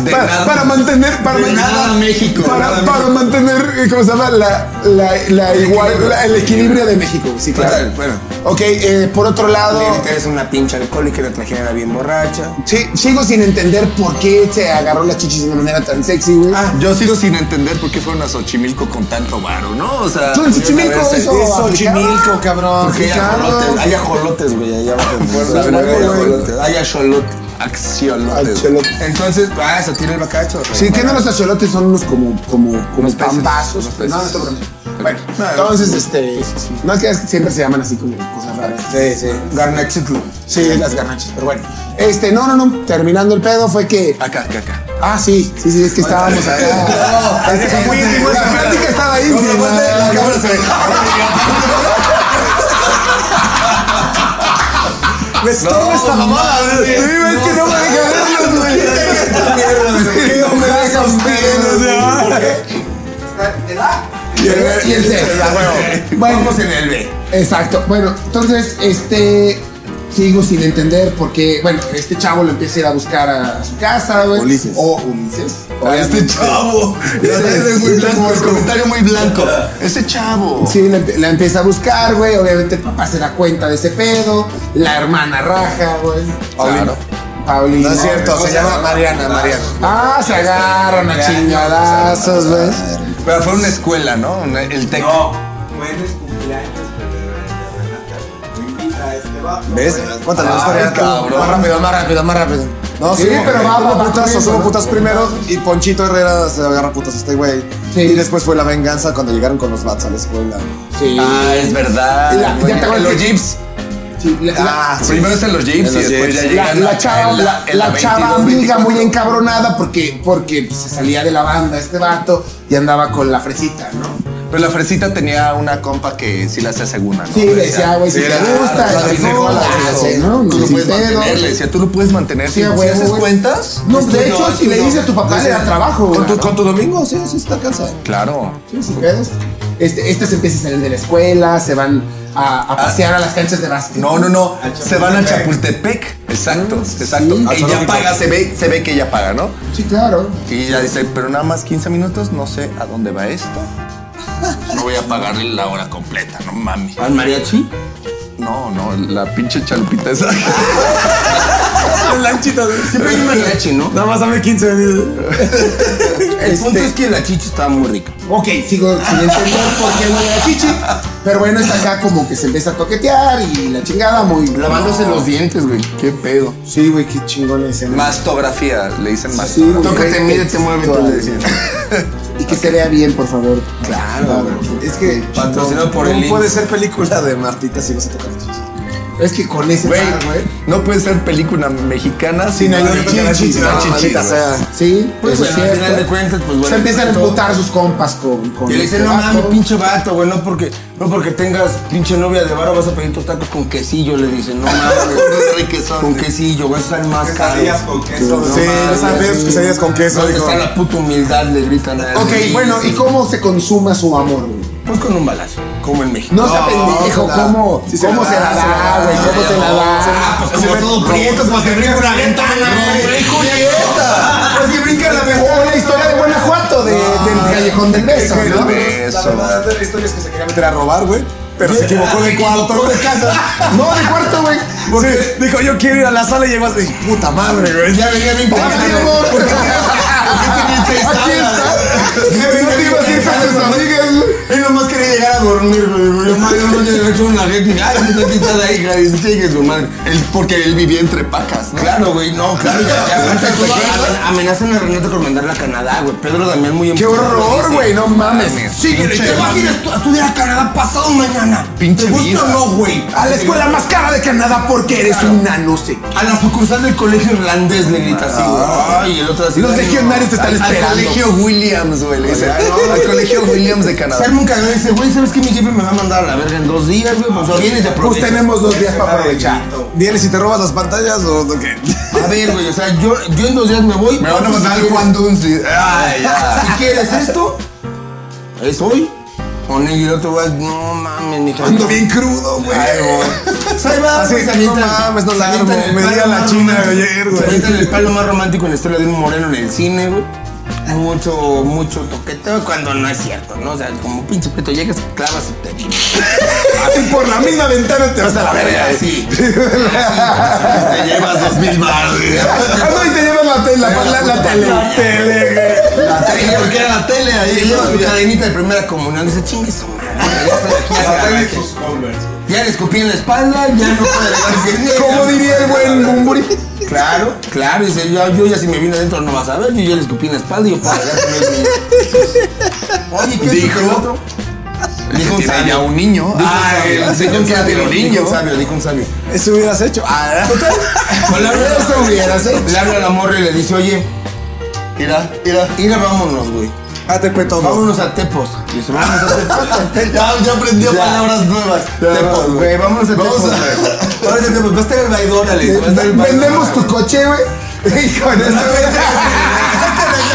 S7: De
S4: Para,
S7: nada.
S4: para mantener, para
S7: de
S4: mantener,
S7: nada México.
S4: para,
S7: Nada
S4: para mantener, eh, ¿cómo se llama? La, la, la igual, la- el equilibrio de México, sí, claro.
S2: Bueno.
S4: Ok, eh, por otro lado,
S2: Lirita es una pinche alcohólica y la trajera bien borracha.
S4: sí, sigo sin entender por qué se agarró las chichis de una manera tan sexy, güey.
S7: Yo sigo sin entender por qué fueron a Xochimilco con tanto varo, ¿no? O sea,
S4: Tú en Xochimilco,
S7: pudieron haberse-
S4: eso.
S2: Es Xochimilco, cabrón.
S7: Porque hay
S2: ajolotes,
S7: ajolotes,
S2: hay ajolotes, güey, allá abajo en Puebla,
S7: Sí,
S2: güey, Hay
S7: güey.
S2: ajolotes, hay ajolotes.
S7: Axiolotes.
S4: Axolotes.
S2: Entonces, ah, se tira el bacacho.
S4: Sí, que no los acholotes son unos como, como, como pambazos.
S7: unos peces.
S4: No, no, no, no. Bueno,
S7: No,
S4: entonces, este, no es que es que siempre se llaman así como cosas raras.
S2: Sí, sí. Garnachitlu.
S4: Sí, las garnachas, pero bueno. Este, no, no, no, terminando el pedo fue que
S7: Acá, acá, acá.
S4: Ah, sí, sí, sí, es que estábamos acá.
S7: No,
S4: Es que
S7: déjate,
S4: muy íntima,
S7: güey.
S4: la plática estaba
S7: No,
S4: íntima.
S7: pero aparte, la cámara se ve.
S4: Me estorba esta mamada.
S7: Sí,
S4: Sí, es que no me deja verlos, güey.
S7: güey.
S4: No me deja verlos, güey. Y el- Y el C. Bueno,
S2: Vamos en el B.
S4: Exacto. Bueno, entonces, este. Sigo sin entender porque, bueno, este chavo lo empieza a ir a buscar a su casa, güey.
S2: Ulises.
S4: O Ulises.
S7: A este chavo. Ya sabes, muy blanco, el comentario muy blanco. Ese chavo.
S4: Sí, la, emp- la empieza a buscar, güey. Obviamente el papá se da cuenta de ese pedo. La hermana raja, güey.
S7: Claro.
S4: Paulina.
S7: se llama Mariana, Mariana.
S4: Ah, se agarran a chingadazos, güey.
S7: Pero fue una escuela, ¿no? Una- El TEC.
S1: No, fue en el cumpleaños pero de Renata. güey. Me invita a este vato.
S7: ¿Ves?
S1: güey.
S7: Cuéntale la
S1: Ah,
S7: historia tú. Más rápido, más rápido, más rápido.
S4: No, sí, pero va, va,
S7: Hubo
S4: va
S7: putazos,
S4: corriendo,
S7: hubo
S4: ¿no?
S7: putazos primero y Ponchito Herrera se agarra putas a este güey.
S4: Sí.
S7: Y después fue la venganza cuando llegaron con los bats a la escuela.
S4: Sí.
S7: es verdad.
S4: Y la- ya te acuerdas que-
S7: jeeps.
S4: Sí, la, la-
S7: Ah, primero están los jeeps y
S2: los
S7: después ya
S4: la-
S7: llegan
S4: la
S7: acá
S4: chava,
S7: en
S4: la,
S7: en
S4: la chava
S7: 22,
S4: amiga
S7: 24.
S4: muy encabronada porque, porque pues, se salía de la banda este vato y andaba con la fresita, ¿no?
S7: Pero la fresita tenía una compa que sí la hacía segunda, ¿no?
S4: Sí, le decía, güey, si te gusta,
S7: la
S4: la
S7: dice,
S4: mejor,
S7: "Hola,
S4: la
S7: eso".
S4: hace, ¿no?
S7: Tú
S4: No,
S7: lo
S4: sin
S7: puedes
S4: pedo.
S7: mantener, le decía, tú lo puedes mantener.
S4: Sí,
S7: si,
S4: a
S7: si
S4: huevo,
S7: haces
S4: güey.
S7: cuentas.
S4: No,
S7: es
S4: de
S7: tuyo,
S4: hecho,
S7: es
S4: si le
S7: tuyo.
S4: dices a tu papá, le da trabajo,
S7: ¿Con
S4: güey.
S7: tu, con tu domingo, sí, sí, está cansado. Claro.
S4: Sí, sin pedos. Este, este se empieza a salir de la escuela, se van a, a pasear a las canchas de básquet.
S7: Ah. No, no, no.
S1: Al
S7: Se van a Chapultepec. Exacto,
S2: Mm,
S7: exacto.
S4: sí.
S7: Ella paga, se ve, se ve que ella paga, ¿no?
S4: Sí, claro.
S7: Y ella dice, pero nada más 15 minutos, no sé a dónde va esto. voy a pagarle la hora completa, no mami.
S2: ¿Al mariachi?
S7: No, no, la pinche chalpita esa.
S2: Siempre hay mariachi, ¿no?
S6: Nada más dame 15 minutos.
S2: El
S7: Este
S2: punto es que la chicha estaba muy rica.
S4: Ok, sigo sin entender por qué no era chichi. Pero bueno, está acá como que se empieza a toquetear y la chingada muy.
S2: Lavándose los dientes, güey. Qué pedo.
S4: Sí, güey, qué chingón ese. ¿no?
S7: Mastografía, le dicen
S4: Sí,
S7: mastografía.
S4: güey.
S2: Tócate, mide, te mueve, tú le decías.
S4: Y que se vea bien, por favor.
S2: Claro, güey.
S6: Es que.
S2: Patrocinado por el
S6: No
S2: IMSS.
S6: puede ser película de Martita si no se toca la chicha.
S4: Es que con ese
S7: Güey,
S4: bar, Ah, güey. Ah,
S7: no puede ser película mexicana sin
S4: no,
S7: haber
S4: no, no,
S7: chichis,
S4: no,
S7: no,
S4: no,
S7: chichis,
S4: maldita
S7: güey.
S4: sea. Sí,
S2: Pues
S4: eso es
S2: bueno, al final de
S4: cierto.
S2: cuentas, pues bueno.
S4: Se empiezan a
S2: todo.
S4: emputar sus compas con. con
S2: Y le dicen,
S4: este
S2: no
S4: vato.
S2: mames, pinche vato, güey, no porque, no porque tengas pinche novia de varo vas a pedir tus tacos con quesillo, le dicen, no mames, con quesillo, güey, están más caros.
S1: Quesadillas con queso.
S2: No
S3: Sí,
S2: mames,
S3: ya sabes,
S2: sí.
S3: quesadillas con queso,
S2: ¿Dónde
S3: dijo.
S2: está la puta humildad? Le gritan a él.
S4: Ok, bueno, ¿y cómo se consuma su amor, güey?
S2: Pues con un balazo, como en México.
S4: No, se pendejo, ¿cómo?
S3: Sí se
S4: ¿Cómo
S3: la
S4: se la
S3: da, se la
S4: da,
S3: da,
S4: güey? ¿Cómo se la da?
S2: pues como todo prieto, pues se brinca una ventana, güey. Pues si brinca la
S4: O la historia de Guanajuato, de, del Callejón del Beso,
S3: La
S4: ¿no?
S3: verdad, la historia es que se quería meter a robar, güey. Pero se equivocó de cuarto.
S4: de casa. No, de cuarto, güey.
S3: Sí, dijo, yo quiero ir a la sala y llegó así. Puta madre, güey. Ya venía bien
S4: Aquí, amor.
S7: Ah,
S4: Aquí está. No te ibas a ir con tus amigas, güey.
S2: Él nomás quería llegar a dormir, güey. Yo madre, no llegué hecho una red. dije, Ay, está quitada ahí, güey. Llegue su madre.
S7: Él- porque él vivía entre pacas, ¿no?
S2: Claro, güey, no, claro. ya, ya, ahorita tú amen- Amenazan a Renata con mandarla a Canadá, güey. Pedro Damián muy
S4: Qué horror, güey. No mames.
S2: Sí, que te vas a ir a estu- a estudiar a Canadá pasado mañana.
S7: Pinche
S2: ¿Te gusta
S7: vida.
S2: o no, güey?
S4: A la escuela más cara de Canadá porque eres un nano, sé.
S2: A la sucursal del colegio irlandés le grita así, güey. Ay, el otro así.
S4: Los
S2: ay,
S4: legionarios te están
S7: Al, al
S4: esperando.
S7: colegio Williams, güey, le dicen. Al colegio Williams de
S2: Se
S7: Canadá.
S2: arma un cagado y dice, güey, ¿sabes qué? Mi jefe me va a mandar a la verga en dos días, güey. Pues vienes de
S4: Pues tenemos dos días para aprovechar.
S3: Vienes y te robas las pantallas o o qué?
S2: A ver, güey, o sea, yo, yo en dos días me voy.
S7: Me van a
S2: papi,
S7: mandar
S2: si
S7: al
S2: quieres-
S7: Juan Dunsi. Ay, ya.
S2: Si quieres esto, es hoy. Con el otro güey, no mames, mi hija.
S3: Ando bien crudo, güey.
S2: Ay, güey. Ahí va,
S3: Así,
S2: pues,
S3: no
S2: avientan-
S3: mames, no la
S2: se avientan
S3: armo.
S2: el
S3: Me di
S2: palo
S3: a la
S2: más
S3: china
S2: romántico-
S3: ayer, güey.
S2: Se avientan el palo más romántico en la historia de un moreno en el cine, güey. Mucho, mucho toqueteo cuando no es cierto, ¿no? O sea, como pinche preto llegas, clavas y te
S3: Así por la misma ventana te vas a la verga.
S2: Así.
S7: Te llevas dos mil baros, güey.
S3: Ah, no, y te llevas la tele, la, la- la tele. La tele, güey.
S2: La tele,
S7: Porque era la tele
S2: Te
S7: ahí.
S2: lleva su cadenita de primera comunión, dice, chingue su madre. Ya estoy aquí, ya se la
S1: Hasta en
S2: arranqué".
S1: sus Converse.
S2: Ya le escupí en la espalda, ya no puedo dejar que
S3: Como diría el buen Bumburi.
S2: Claro, claro, dice, yo, yo ya si me vine adentro no vas a ver, yo ya le escupí en la espalda y yo para allá Oye, ¿qué
S7: Dijo-
S2: dijo el otro? Dijo un
S7: Tiene ya
S2: sabio.
S7: un niño.
S2: Dijo un
S7: Ah,
S2: sabio,
S7: el
S2: dijo un
S7: señor que ya
S2: sabio,
S7: tiene un
S2: dijo
S7: niño.
S2: un sabio, dijo un sabio.
S3: Eso hubieras hecho. Ah,
S2: Con la verdad se hubieras hecho. Le habla a la morra y le dice, oye,
S7: Mira, mira.
S2: ira, vámonos, güey.
S3: ah, te cuento.
S2: Vámonos a Tepos. Y dice, vámonos a Tepos.
S7: Ya, ya aprendió
S2: Ya.
S7: palabras nuevas.
S2: Tepos, güey, vámonos a Tepos,
S7: Vamos
S2: güey.
S7: a-
S2: Vámonos a Tepos, va a estar el baidora, le dice, va a estar el baidora.
S4: Vendemos tu coche, güey. Y con eso.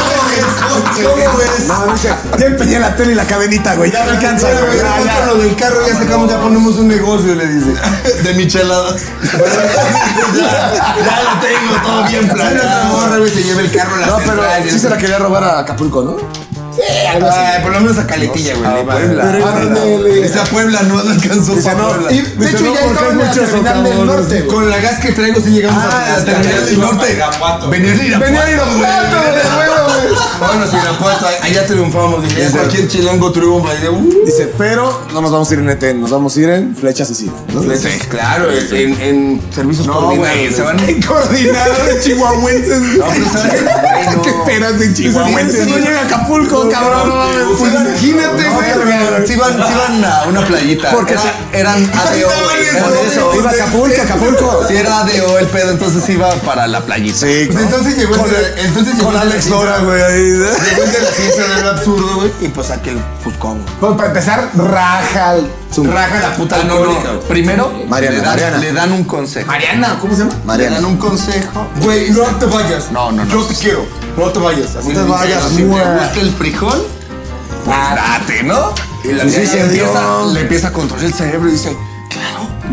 S7: ¿Cómo ves?
S3: No, no, ya- ya empeñé la tele y la cadenita, güey. Ya me alcanza,
S2: Ya,
S3: güey.
S2: güey,
S3: Ya,
S2: ya,
S3: ya.
S2: lo del carro, ya sacamos, ya ponemos un negocio, le dice.
S7: De micheladas. ya, ya lo tengo todo bien
S2: Sale otra
S7: planeado.
S2: morra, güey, se lleva el carro a la
S3: No, pero
S2: central,
S3: sí
S2: y-
S3: se la quería robar a Acapulco, ¿no?
S2: Ay, por lo menos a Caletilla, güey. le iba a-
S7: Dice a Puebla, no alcanzó
S3: Dice,
S7: para
S3: no,
S7: Puebla.
S3: y-
S4: Y, de hecho,
S3: no,
S4: ya
S3: porque
S4: estaban
S3: hay
S4: en la
S3: muchos
S4: terminal del
S3: socavones,
S4: norte, güey.
S2: Con la gas que traigo, si llegamos a
S7: Ah,
S2: las
S7: terminal del norte.
S1: Irapuato.
S7: Venía de
S3: Venía a
S7: Irapuato.
S3: ir a
S2: Bueno, si la puerta, allá triunfamos. Dije, ya cualquier chilongo triunfa. Y de, uh,
S3: Dice, pero no nos vamos a ir en
S4: E
S3: ETN, nos vamos a ir en Flecha Asesina. ¿no?
S2: pues, es Claro, es- en, en servicios
S7: No,
S2: coordinados, pues,
S7: güey, se van a
S3: Coordinado de chihuahuenses. ¿Qué esperas de chihuahuenses? No llega a Acapulco, cabrón. no mames. Pues imagínate, güey.
S7: Sí van, sí van a una playita.
S3: Porque
S7: Era- eran ADO. güey. Por eso.
S3: Iba a Acapulco, Acapulco.
S7: Si era ADO el pedo, entonces iba para la playita.
S3: Sí,
S2: Pues entonces llegó el de- entonces llegó
S3: con
S2: el de la
S3: Alex
S2: ciencia-
S3: Lora, güey. ahí, ¿no?
S2: Llegó el de la ciencia del absurdo, güey. Y pues aquel Fuscón. güey.
S4: Bueno, para empezar, raja. el-
S2: Raja la puta
S7: Ah, no,
S2: alcohólica,
S7: no.
S2: güey.
S7: Primero,
S3: Mariana,
S7: le, dan,
S3: Mariana.
S7: le dan un consejo.
S4: Mariana, ¿cómo se llama?
S7: Le dan un consejo.
S2: Güey, no te vayas.
S7: No, no, no.
S2: Yo te quiero. No te vayas. Así le
S3: No te
S2: dice,
S3: vayas,
S2: así.
S7: Si te
S3: güey.
S7: gusta el frijol, pues date, ¿no?
S2: Y la
S7: Sí,
S2: vieja
S7: sí,
S2: le
S7: empieza,
S2: dio.
S7: le empieza a controlar el cerebro y dice,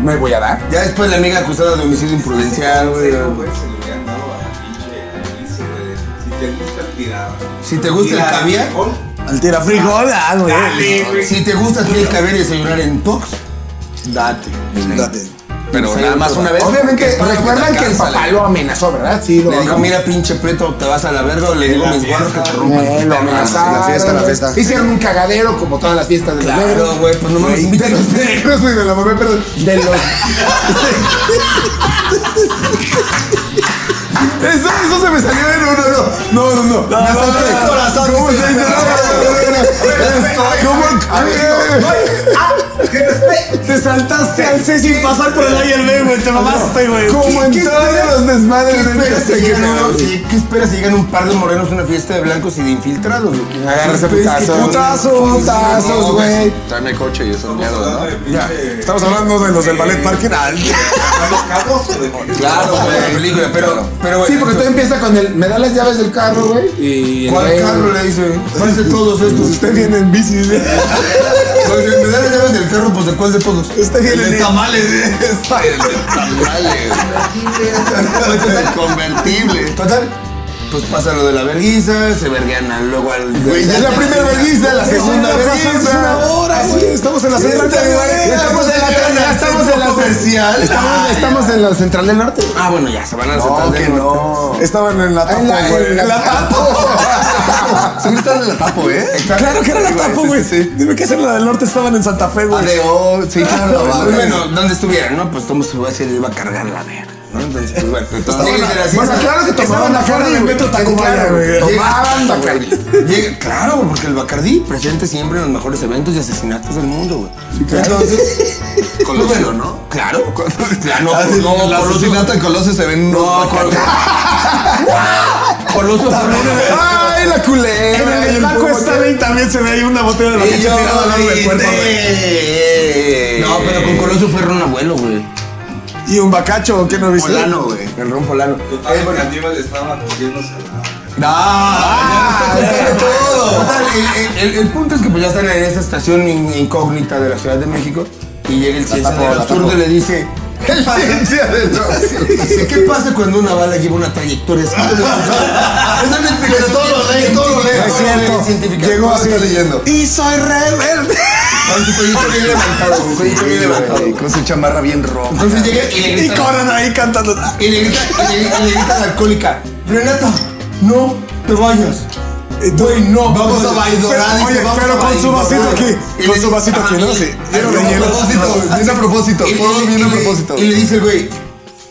S4: Me voy a dar.
S2: Ya después la amiga acusada de homicidio imprudencial, güey.
S1: Cero, güey, se lo hubieran dado a la pinche Alicia, güey. Si te gusta el tirado.
S2: Si te gusta el
S1: Tira
S2: caviar,
S1: frijol,
S2: Al tira frijol, ah, güey.
S3: Dale, güey.
S2: Si te gusta, tienes que haber y desayunar en Tox, date.
S7: Date. Pero nada más una vez.
S6: Obviamente,
S7: Es para
S6: recuerdan
S7: te
S6: que el
S7: alcanza,
S6: papá
S7: le-
S6: lo amenazó, ¿verdad? Sí, lo
S2: Le dijo, mira, pinche preto, te vas a la verga. o Le digo, mis guardas que te rompan.
S6: Eh, lo amenazaron.
S4: La fiesta, la fiesta.
S6: Hicieron un cagadero como todas las fiestas de los negros.
S2: Claro, güey, pues no mames, invítanos.
S4: Negros, güey, me la mamé, perdón.
S6: De los.
S4: Eso, eso se me salió en uno, no, no, no, no. Me salté. ¿Cómo se dice? No, no, no, no, no. ¿Cómo? A ver,
S2: Ah,
S3: Te saltaste al C sin pasar por el A y el B, güey. Te mamaste, güey.
S4: ¿Cómo en todos los
S2: ¿Qué
S4: desmadres de
S2: esperas si
S4: este que
S2: llegan
S4: no?
S2: unos- si- qué esperas si llegan un par de morenos a una fiesta de blancos y de infiltrados? güey?
S4: Agarras a
S2: Pues, ¿qué
S4: putazos.
S2: putazos,
S4: Putazos, güey.
S7: Tráeme coche y eso miedo, ¿no?
S4: Ya, estamos hablando de los del ballet parking.
S7: Claro,
S2: La película, pero, pero, güey,
S6: Sí, porque todo empieza con el. Me da las llaves del carro, güey. Y. el
S2: ¿Cuál
S6: güey-
S2: carro le dice? ¿Cuál de todos estos?
S4: Usted viene en bici. ¿sí?
S2: Pues, si me da las llaves del carro, pues ¿de cuál de todos?
S4: Usted viene en
S7: El convertible.
S2: Total, pues pasa lo de la verguiza, se verguean luego al...
S7: Güey, ya
S4: Es la primera vergüenza, la segunda vergüenza. Sí, estamos en la central
S2: Esta
S4: del
S2: güey,
S4: norte. Estamos en la ya estamos en la
S7: comercial.
S4: Estamos, estamos en la central del norte.
S2: Ah, bueno, ya, se van a la central
S7: No,
S2: del
S7: que
S2: norte.
S7: no.
S4: Estaban en la tapo,
S6: la- en
S4: güey.
S6: la-
S7: Siempre estás en la tapo, ¿eh?
S4: Claro que era la tapo, güey. Dime qué es en la del norte. Estaban en Santa Fe, güey.
S7: Adeo, sí, claro.
S2: Pues,
S7: vale.
S2: bueno, donde estuviera, ¿no? Pues Tom Subasi le iba a cargar la verga, ¿no? Entonces, pues bueno. Entonces, llegan de la
S4: Bueno,
S2: siesta.
S4: claro que tomaban
S2: Estaban
S4: afuera
S2: Bacardi,
S4: del
S2: güey.
S4: metro Tacubaya,
S2: Claro,
S4: güey.
S2: Llega-
S4: Tomaban Bacardi.
S2: Llega- Claro, porque el Bacardí presente siempre en los mejores eventos y asesinatos del mundo, güey. Entonces, Colosio, ¿no? Claro. Claro, no,
S7: Así,
S2: no,
S7: la
S2: Colosio-
S7: asesinato de Colosio se ven
S2: No,
S7: unos
S2: Col- Colosio fue una-
S4: ¡Ay, la culera!
S3: En el taco
S4: pomo-
S3: está bien, también se ve ahí una botella de la
S7: Y
S3: leche
S7: yo
S3: tirada al lado del
S7: grité.
S3: cuerpo, güey.
S2: No, pero con Colosio fue un abuelo, güey.
S4: Y un bacacho, ¿qué no viste?
S7: Polano, güey.
S2: El ron polano.
S1: Total, el caníbal estaba cogiéndose a la...
S7: No, ya me está contando todo.
S2: Total, el, el- el- el punto es que pues ya están en esta estación in- incógnita de la Ciudad de México y llega el ciencia
S7: tapó,
S2: del
S7: la
S2: absurdo
S7: tapó.
S2: y le dice... ¿Qué pasa? Dice, ¿Qué pasa cuando una bala lleva una trayectoria? así? Es una explicación
S7: todo lo lee, todo lo lee,
S2: científica, es
S7: todo lo lee.
S2: cierto. científica.
S7: Llegó así leyendo.
S3: Y soy rebelde.
S2: Con su cuellito bien levantado, con su cuellito bien levantado.
S7: Güey, Con su chamarra bien roja.
S2: Entonces llega y le
S3: Y
S2: grita...
S3: corren ahí cantando.
S2: Y le grita, y le, y le grita a la alcohólica, Renata, no te vayas. Güey, no.
S7: Vamos a bailar.
S4: Pero, oye,
S7: dice, vamos
S4: pero
S7: a
S4: con su
S7: bailar.
S4: vasito aquí.
S2: Y
S4: Con
S2: le-
S4: su vasito
S2: ajá,
S7: "Ah,
S4: aquí, ¿no?
S2: y-
S4: Sí.
S2: y-
S4: Lleno
S2: y-
S4: de
S2: y-
S4: hielo.
S7: propósito, viene a propósito,
S2: Y le-
S7: todo viene
S2: y
S7: a
S2: le-
S7: propósito.
S2: Y le dice el güey,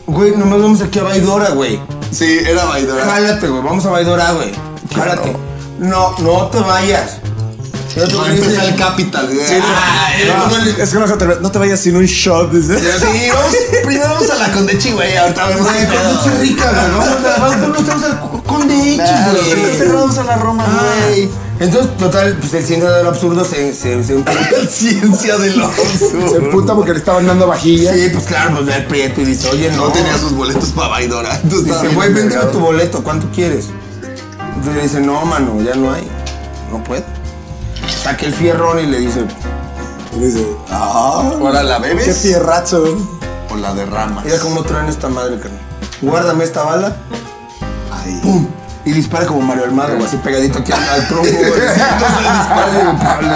S2: güey, nomás vamos aquí a Baidora, güey.
S7: Sí, era vaidora.
S2: Jálate, güey, vamos a Baidora, güey. Jálate. No, no te vayas. Y otro güey dice,
S7: Empieza este el capital. güey.
S2: Ah, el
S4: Ah,
S2: otro le-
S4: Es que no se te ve- no te vayas sin un shot, dice.
S7: Sí, vamos, primero vamos a la condechi, güey. Ahorita vemos
S2: Güey,
S7: qué
S2: pero
S7: pedo.
S2: pinche rica, güey. Vamos a- Vamos con nosotros al conde Echi, güey.
S7: Entonces vamos a la Roma, güey.
S2: Ay. Entonces, total, pues el ciencia del absurdo se, se, se
S7: Ciencia del
S6: Se
S7: absurdo.
S6: puta porque le estaban dando vajilla.
S2: Sí, pues claro, pues ve al prieto y dice, oye, no.
S7: No tenía sus boletos para Vaidora. Entonces
S2: Dice,
S7: estaba bien
S2: güey, véndeme
S7: envergado.
S2: tu boleto, ¿cuánto quieres? Entonces le dice, no, mano, ya no hay. No puedo. Saca el fierrón y le dice,
S4: Y Dice, ah,
S7: Ahora la
S4: qué
S7: bebes
S4: fierrazo.
S7: o la derramas.
S2: mira cómo traen esta madre, carnal. Guárdame esta bala.
S7: Ay.
S2: ¡Pum! Y dispara como Mario Almagro, güey, así pegadito aquí al, al tronco, güey. Entonces le dispara, le-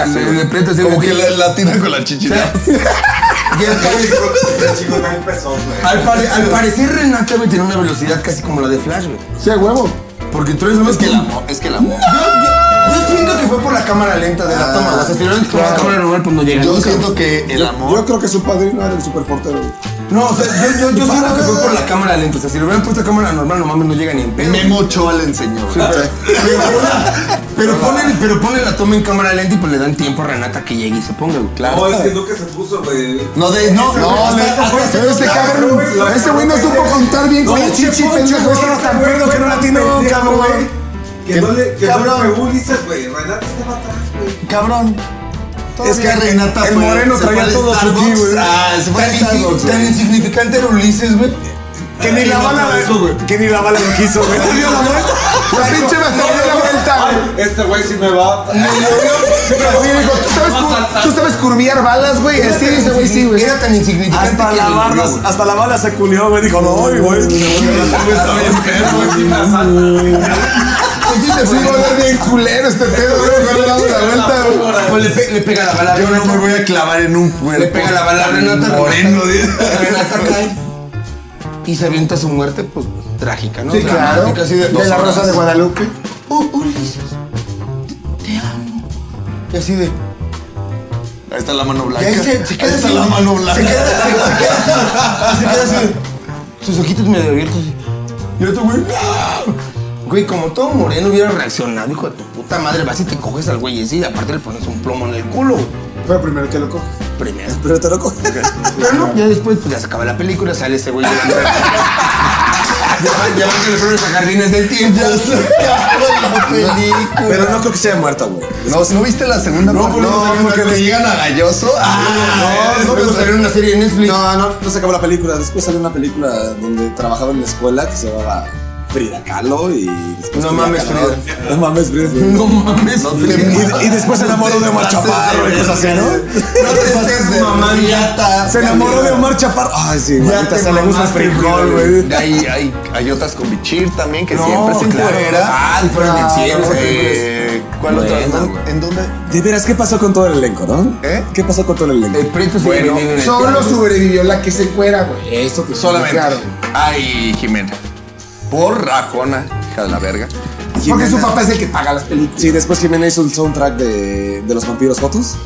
S2: le- le aprieta así
S7: Como
S2: el-
S7: que la, la tira con la chichita.
S2: Y al parecer-
S1: El chico tan empezó, güey.
S2: al pare- al parecer Renata, güey, tiene una velocidad casi como la de Flash, güey.
S4: Sí, a huevo.
S2: Porque tú eres más
S7: Es que la mo- es que la mo-
S2: Yo, yo- yo siento que fue por la cámara lenta de la toma. güey. O sea, si no es por la cámara normal, pues no llega.
S7: Yo
S2: nunca,
S7: siento que el
S4: Yo
S7: amor.
S4: creo que su padrino era el superportero.
S2: güey. No, o sea, yo, yo, yo siento que fue por la cámara lenta. O sea, si le hubieran puesto cámara normal, no mames, no llega ni en pedo.
S7: Memo Ochoa le enseñó. güey.
S2: Pero ponen, pero ponen la toma en cámara lenta y pues le dan tiempo a Renata que llegue y se ponga, güey. Claro.
S1: No, es que nunca se puso, güey.
S7: No, de, no, no,
S4: No, le-
S7: hasta- hasta-
S4: pero ese cabrón, ese güey no supo contar bien con la chichi, pendejo. Es que era tan pedo que no la tiene,
S1: Pendejo,
S4: cabrón.
S1: güey. Que no le. Que
S7: Cabrón.
S1: no le Ulises, güey. Renata estaba atrás, güey.
S7: Cabrón.
S4: Es que
S7: Renata
S4: el moreno
S7: se fue
S4: traía
S7: al
S4: todo su
S7: Starbucks.
S4: ki, güey.
S7: Ah, se fue
S2: Tan,
S7: al
S2: insi-
S7: Starbucks,
S2: tan
S7: güey.
S2: insignificante era Ulises, güey.
S4: Que ni la bala, que ni la bala lo quiso, güey. Le dio la vuelta. La pinche bastarda dio la vuelta, güey.
S1: Ay, este güey sí me va. a-
S4: Así dijo, ¿tú sabes, cur- tú sabes curviar balas, güey. Así dice, güey, sí, güey.
S2: Era tan insignificante
S4: Hasta
S2: que
S4: la
S2: ni-
S4: barra, hasta la bala se culió, güey. Dijo, no, güey.
S1: Este güey sí me asalta.
S2: Pues sí te
S4: Sí, va a dar bien culero este pedo, güey. Cuando damos la vuelta, güey.
S2: Pues le, pe- le pega la bala.
S7: Yo no me voy a clavar en un cuerpo.
S2: Le pega la bala a Renata.
S7: Moreno, dice.
S2: Renata, Renata cae. Y se avienta su muerte, pues, trágica, ¿no?
S4: Sí, claro.
S2: Dramática, así de,
S4: De la Rosa de Guadalupe.
S2: Oh, Ulises, te, te amo. Y así de.
S7: Ahí está la mano
S2: Y
S7: blanca.
S2: ahí se, se
S7: Ahí
S2: queda
S7: está
S2: así.
S7: la mano blanca.
S2: Se queda, se, se queda así. Se queda así. Sus ojitos medio abiertos. así. Y otro güey. ¡no! Güey, como todo moreno hubiera reaccionado, hijo de tu puta madre, vas y te coges al güey ese y aparte le pones un plomo en el culo.
S4: Pero primero que lo cojo.
S2: Primero, pero te lo coges. Pero no, ya después, pues ya se acaba la película, sale ese güey llorando. Ya van que le fueron a jardines del tiempo.
S7: Ya se acabó la película.
S3: Pero no creo que sea muerta, güey.
S7: No, ¿no viste la segunda parte?
S3: pues, no sabemos
S7: porque
S3: que
S7: le llegan a Galloso. Ah,
S2: No, no, salió una serie en Netflix.
S3: No, no, no se acabó la película. Después salió una película donde trabajaba en la escuela que se llamaba Frida Kahlo y después.
S2: No mames,
S3: Kahlo. No mames, Frida.
S2: No mames.
S3: Y, y después se enamoró Este, de Omar Chaparro y cosas así, ¿no?
S7: eh, No te pases de
S2: mamá,
S7: riata.
S3: Se enamoró de Omar Chaparro. Ay, sí, maldita
S2: te
S3: sea, le gusta el
S2: mamaste,
S3: frijol,
S2: güey.
S3: güey.
S7: De ahí hay, hay otras con Bichir también que siempre se
S2: claro.
S7: encuera.
S2: Ah, el fuera del cielo,
S7: Eh, ¿Cuál otra?
S2: Buena,
S7: ¿Dó-
S2: güey.
S7: ¿En dónde?
S3: De veras, ¿qué pasó con todo el elenco, no?
S7: ¿Eh?
S3: ¿Qué pasó con todo el elenco?
S2: El preto se
S7: Bueno,
S2: viene en el
S6: Solo sobrevivió la que se cuera, güey. Eso te
S7: Solamente.
S6: Claro.
S7: Ay, Jimena. Por rajona, hija de la verga.
S6: Porque su papá es el que paga las películas.
S3: Sí, después Jimena hizo el soundtrack de, de Los Vampiros Jotos.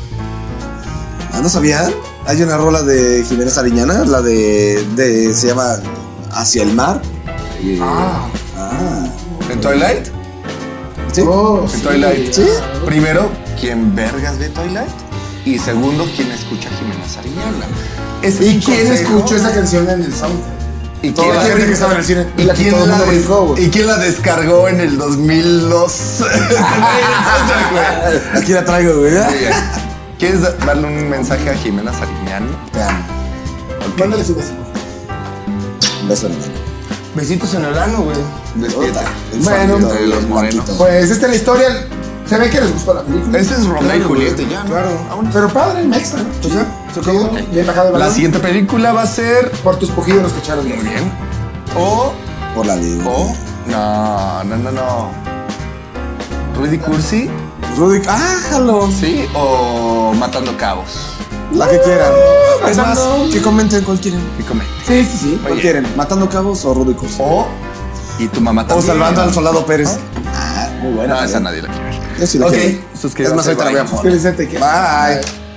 S3: Ah, ¿no sabían? Hay una rola de Jimena Sariñana, la de, de- se llama Hacia el Mar. Y-
S6: Ah.
S3: Ah.
S7: ¿En Twilight?
S3: ¿Sí?
S6: Oh,
S7: ¿En Twilight?
S3: Sí.
S7: Primero, ¿quién vergas ve Twilight? Y segundo, ¿quién escucha a Jimena Sariñana? Ese es
S6: ¿Y
S7: un
S6: quién
S7: consejo.
S6: escuchó esa canción en el soundtrack?
S7: ¿Y
S6: Toda la
S7: quién
S6: gente que estaba en el cine.
S7: ¿Y
S6: La que
S7: quién,
S6: todo el
S7: la
S6: mundo
S7: des-
S6: brincó, güey.
S7: ¿Y quién la descargó en el 2002?
S3: Aquí la traigo, güey.
S7: ¿Quieres da- darle un mensaje a Jimena Sariñán?
S3: Te amo.
S6: Mándale su beso.
S3: Un beso en el alma.
S2: Besitos en el ano, güey.
S7: Despierta.
S3: El
S6: Bueno,
S3: sonido,
S7: de los
S3: el
S7: morenos.
S3: marquito.
S6: Pues esta es la historia. Se ve que les gustó la película.
S7: Ese es Romeo y Julieta, ya. ¿no?
S6: Claro. Pero padre, mexa, ¿no? Pues ya, se acabó. Bien bajado de
S7: La
S6: balón.
S7: siguiente película va a ser.
S6: Por tus pujidos los cacharon.
S7: Muy bien. O.
S3: Por la de...
S7: O. No, no, no, no. Rudy Cursi,
S3: Rudy... ¡Ah, jalo!
S7: sí. O Matando Cabos.
S3: La que quieran. Es más, que comenten cuál quieren.
S7: Y comenta.
S6: Sí, sí, sí.
S3: ¿Cuál
S7: Oye.
S3: quieren? ¿Matando cabos o Rudy Cursi?
S7: O. Y tu mamá
S3: O
S7: también.
S3: salvando al soldado Pérez. Ah, muy
S7: No,
S3: buena.
S7: esa nadie la quiere ver.
S3: Yo sí la
S7: Ok,
S3: quiero.
S7: suscríbanse,
S3: Es más, ahorita la
S7: bye.
S3: voy a poner.
S6: Espérense, te que.
S3: Bye.